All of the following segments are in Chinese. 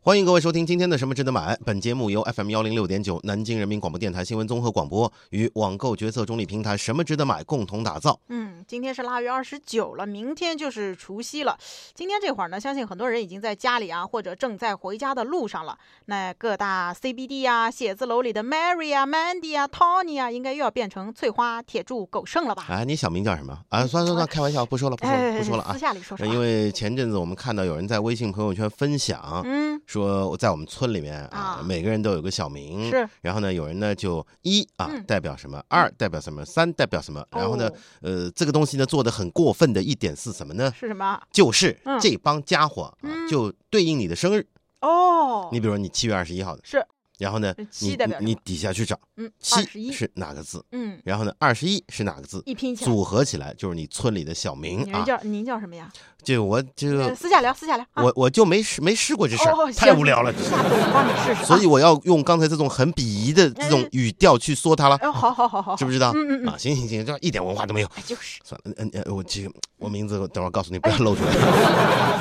欢迎各位收听今天的《什么值得买》。本节目由 FM 幺零六点九南京人民广播电台新闻综合广播与网购决策中立平台“什么值得买”共同打造。嗯，今天是腊月二十九了，明天就是除夕了。今天这会儿呢，相信很多人已经在家里啊，或者正在回家的路上了。那各大 CBD 啊、写字楼里的 Mary 啊、Mandy 啊、Tony 啊，应该又要变成翠花、铁柱、狗剩了吧？哎，你小名叫什么？啊，算哎算算，开玩笑，不说了，不说 了，不说了啊私。下里哎说说啊。因为前阵子我们看到有人在微信朋友圈分享，嗯，说我在我们村里面啊啊，每个人都有个小名。是然后呢，有人呢就一啊嗯代表什么，二代表什么，三代表什么。然后呢哦，呃，这个东西呢做的很过分的一点是什么呢？是什么？就是嗯这帮家伙啊，嗯就对应你的生日。哦，你比如说你七月二十一号的，是，然后呢那，七你代表什你你么底下去找嗯，七21是哪个字，嗯，然后呢，二十一是哪个字，一拼起来。组合起来就是你村里的小名您啊。叫您叫什么呀？这我这呃个私下聊，私下聊。啊我我就没试没试过这事哦儿，行太无聊了。下次我帮你试试啊。所以我要用刚才这种很鄙夷的这种嗯语调去说他了，哎，好好好好，知不是？知道？嗯嗯嗯啊，行行行，这一点文化都没有。哎就是，算了，嗯嗯，我这个我名字等会儿告诉你，不哎要 露出来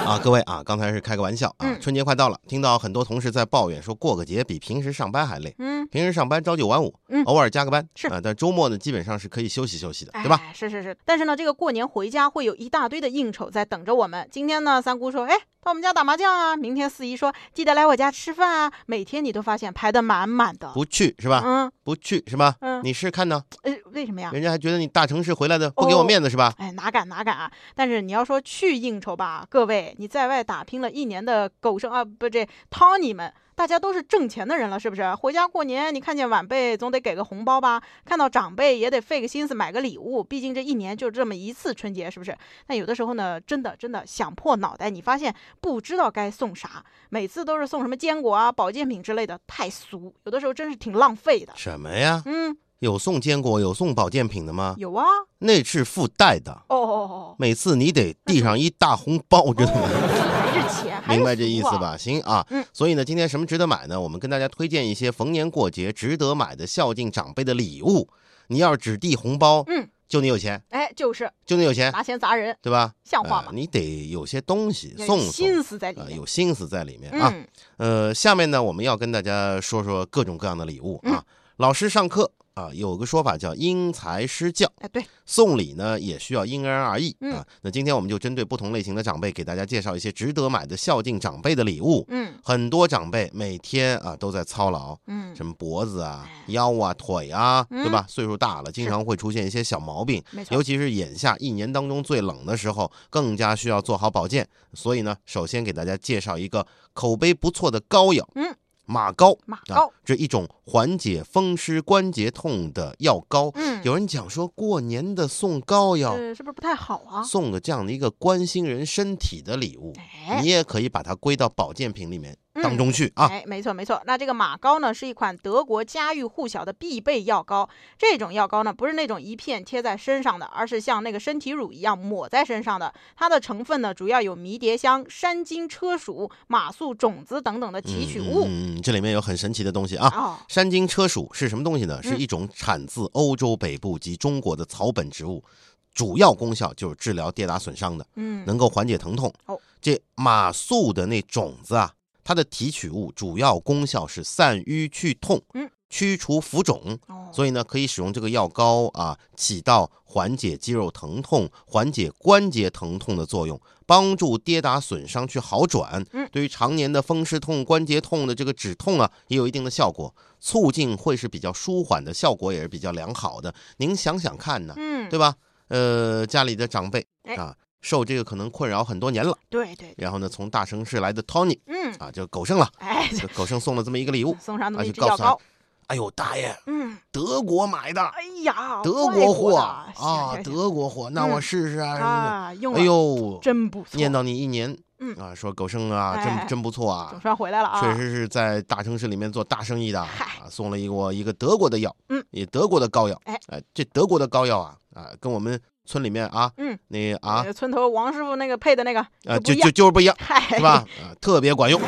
啊！各位啊，刚才是开个玩笑啊。嗯春节快到了，听到很多同事在抱怨说，过个节比平时上班还累。嗯，平时上班朝九晚五，嗯偶尔加个班是啊、但周末呢，基本上是可以休息休息的，对吧？哎？是是是，但是呢，这个过年回家会有一大堆的应酬在等着我们。今天呢，三姑说，哎，到我们家打麻将啊；明天四姨说，记得来我家吃饭啊。每天你都发现排得满满的。不去是吧？嗯，不去是吧？嗯你试试看呢，呃，为什么呀？人家还觉得你大城市回来的不给我面子是吧？哎，哪敢哪敢啊！但是你要说去应酬吧，各位，你在外打拼了一年的狗剩啊，不这汤你们，大家都是挣钱的人了，是不是？回家过年，你看见晚辈总得给个红包吧，看到长辈也得费个心思买个礼物，毕竟这一年就这么一次春节，是不是？但有的时候呢，真的真的想破脑袋，你发现不知道该送啥，每次都是送什么坚果啊、保健品之类的，太俗，有的时候真是挺浪费的。什么呀？嗯，有送坚果，有送保健品的吗？有啊，那是附带的，哦哦哦每次你得递上一大红包，知道吗？哦，还是 钱，还是明白这俗意思啊？吧？行啊，嗯所以呢，今天什么值得买呢？我们跟大家推荐一些逢年过节值得买的孝敬长辈的礼物。你要是只递红包，嗯，就你有钱，哎，就是就你有钱，拿钱砸人，对吧？像话呃吗？你得有些东西有送送心，思在里呃，面。有心思在里面啊。嗯，呃，下面呢，我们要跟大家说说各种各样的礼物啊嗯。老师上课啊，有个说法叫因材施教，哎，对，送礼呢也需要因人而异啊嗯。那今天我们就针对不同类型的长辈，给大家介绍一些值得买的孝敬长辈的礼物。嗯很多长辈每天啊都在操劳，嗯，什么脖子啊哎、腰啊、腿啊，嗯对吧？岁数大了，经是常会出现一些小毛病。没错尤，其是眼下一年当中最冷的时候，更加需要做好保健。所以呢，首先给大家介绍一个口碑不错的膏药，嗯，马膏马啊高，，这一种缓解风湿关节痛的药膏。嗯，有人讲说，过年的送膏药，呃，是不是不太好啊？送个这样的一个关心人身体的礼物，哎你。也可以把它归到保健品里面嗯当中去啊。哎，没错没错。那这个马膏呢，是一款德国家喻户晓的必备药膏。这种药膏呢，不是那种一片贴在身上的，而是像那个身体乳一样抹在身上的。它的成分呢，主要有迷迭香、山金车属、马素种子等等的提取物。嗯，嗯嗯这里面有很神奇的东西啊。哦，山金车属是什么东西呢？是嗯一种产自欧洲北部及中国的草本植物，主要功效就是治疗跌打损伤的，嗯，能够缓解疼痛哦。这马谡的那种子啊，它的提取物主要功效是散瘀去痛嗯，驱除浮肿。哦，所以呢，可以使用这个药膏啊，起到缓解肌肉疼痛、缓解关节疼痛的作用，帮助跌打损伤去好转。嗯对于常年的风湿痛、关节痛的这个止痛啊，也有一定的效果，促进会是比较舒缓的，效果也是比较良好的。您想想看呢，嗯，对吧？呃，家里的长辈哎啊，受这个可能困扰很多年了，对对，然后呢，从大城市来的 Tony 嗯，啊，就狗剩了，哎，，这狗剩送了这么一个礼物送上那么啊一就支告药诉他膏，哎呦，大爷，嗯，德国买的。哎呀，德外国国货的 啊，啊行行行德国货，那我嗯试试啊什么啊，用的。了，哎，呦，真不错，念叨你一年，嗯啊，说狗剩啊，真哎真不错总啊，算回来了啊，确实是在大城市里面做大生意的嗨啊，送了一个我一个德国的药，嗯，也德国的膏药，哎哎，这德国的膏药啊啊，跟我们村里面啊，嗯，那啊呃，村头王师傅那个配的那个啊不就一就样， 就是不一样，嗨，是吧？啊，特别管用。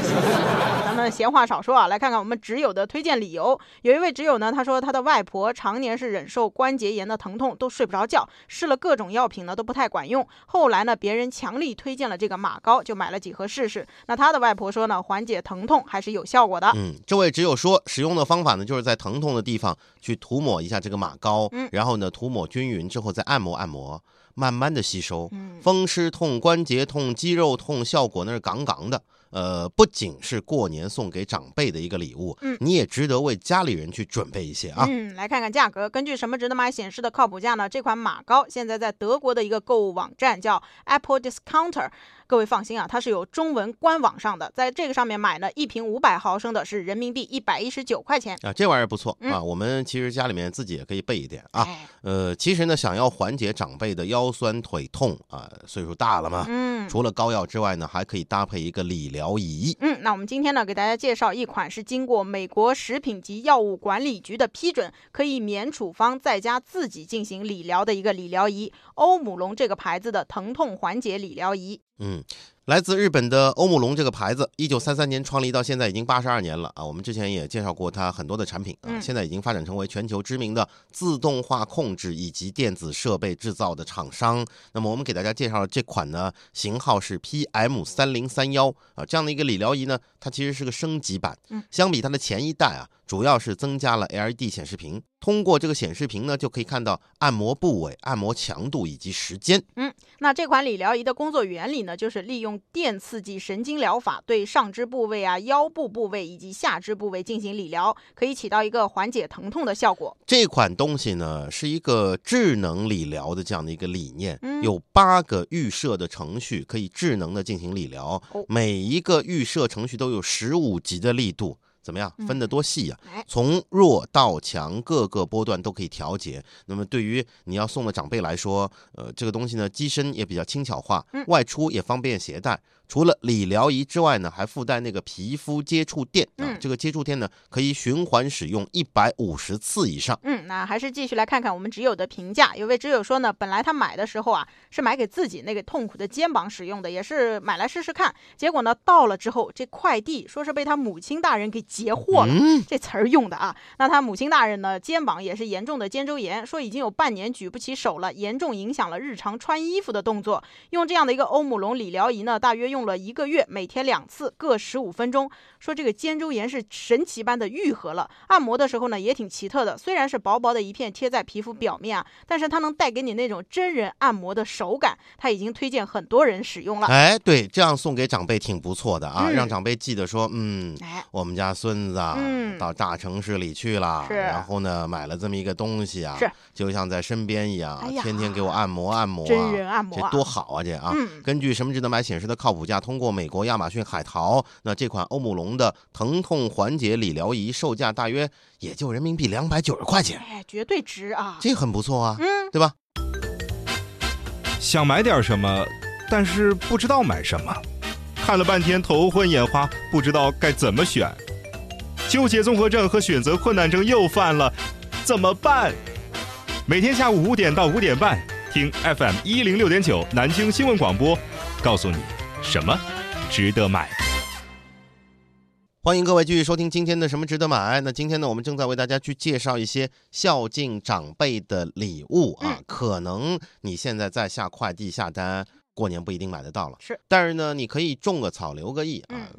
咱们闲话少说啊，来看看我们挚友的推荐理由。有一位挚友呢，他说他的外婆常年是忍受关节炎的疼痛，都睡不着觉，试了各种药品呢都不太管用。后来呢，别人强力推荐了这个马膏，就买了几盒试试。那他的外婆说呢，缓解疼痛还是有效果的。嗯，这位只有说使用的方法呢，就是在疼痛的地方去涂抹一下这个马膏，嗯然后呢涂抹均匀之后再按摩按摩，慢慢的吸收。嗯，风湿痛、关节痛、肌肉痛，效果那是杠杠的。呃，不仅是过年送给长辈的一个礼物，嗯你也值得为家里人去准备一些啊。嗯，来看看价格。根据什么值得买显示的靠谱价呢？这款马膏现在在德国的一个购物网站叫 Apple Discounter，各位放心啊，它是有中文官网上的，在这个上面买呢，一瓶五百毫升的是人民币一百一十九块钱啊，这玩意儿不错、嗯啊！我们其实家里面自己也可以备一点啊。哎呃，其实呢，想要缓解长辈的腰酸腿痛啊，岁数大了嘛，嗯。除了膏药之外呢，还可以搭配一个理疗仪。嗯，那我们今天呢，给大家介绍一款是经过美国食品及药物管理局的批准，可以免处方在家自己进行理疗的一个理疗仪——欧姆龙这个牌子的疼痛缓解理疗仪。嗯，来自日本的欧姆龙这个牌子，一九三三年创立到现在已经八十二年了啊。我们之前也介绍过它很多的产品啊，嗯现在已经发展成为全球知名的自动化控制以及电子设备制造的厂商。那么我们给大家介绍的这款呢，型号是 PM 三零三幺啊，这样的一个理疗仪呢，它其实是个升级版嗯，相比它的前一代啊，主要是增加了 LED 显示屏，通过这个显示屏呢，就可以看到按摩部位、按摩强度以及时间。那这款理疗仪的工作原理呢，就是利用电刺激神经疗法对上肢部位啊、腰部部位以及下肢部位进行理疗，可以起到一个缓解疼痛的效果。这款东西呢，是一个智能理疗的这样的一个理念，嗯有八个预设的程序可以智能的进行理疗，哦每一个预设程序都有十五级的力度，怎么样？嗯分得多细呀、哎从弱到强，各个波段都可以调节。那么对于你要送的长辈来说，呃，这个东西呢，机身也比较轻巧化嗯，外出也方便携带。除了理疗仪之外呢，还附带那个皮肤接触垫啊嗯，这个接触垫呢可以循环使用一百五十次以上。嗯，那还是继续来看看我们挚友的评价。有位挚友说呢，本来他买的时候啊，是买给自己那个痛苦的肩膀使用的，也是买来试试看。结果呢，到了之后，这快递说是被他母亲大人给截获了。嗯，这词儿用的啊。那他母亲大人呢，肩膀也是严重的肩周炎，说已经有半年举不起手了，严重影响了日常穿衣服的动作。用这样的一个欧姆龙理疗仪呢，大约用了一个月，每天两次，各十五分钟。说这个肩周炎是神奇般的愈合了。按摩的时候呢，也挺奇特的，虽然是薄薄的一片贴在皮肤表面啊，但是它能带给你那种真人按摩的手感。他已经推荐很多人使用了。哎，对，这样送给长辈挺不错的啊，嗯让长辈记得说，嗯，哎，我们家孙子啊，嗯到大城市里去了，是然后呢，买了这么一个东西啊，是就像在身边一样，哎呀天天给我按摩按摩、啊，真人按摩、这啊，多好啊，这啊。嗯。根据什么值得买显示的靠谱价，通过美国亚马逊海淘，那这款欧姆龙的疼痛缓解理疗仪售价大约也就人民币两百九十块钱，哎，绝对值啊！这很不错啊，嗯对吧？想买点什么，但是不知道买什么，看了半天头昏眼花，不知道该怎么选，纠结综合症和选择困难症又犯了，怎么办？每天下午五点到五点半，听 FM 一零六点九南京新闻广播，告诉你什么值得买。欢迎各位继续收听今天的《什么值得买》。那今天呢，我们正在为大家去介绍一些孝敬长辈的礼物啊。嗯可能你现在在下快递下单，过年不一定买得到了。是，嗯但是呢，你可以种个草，留个意啊。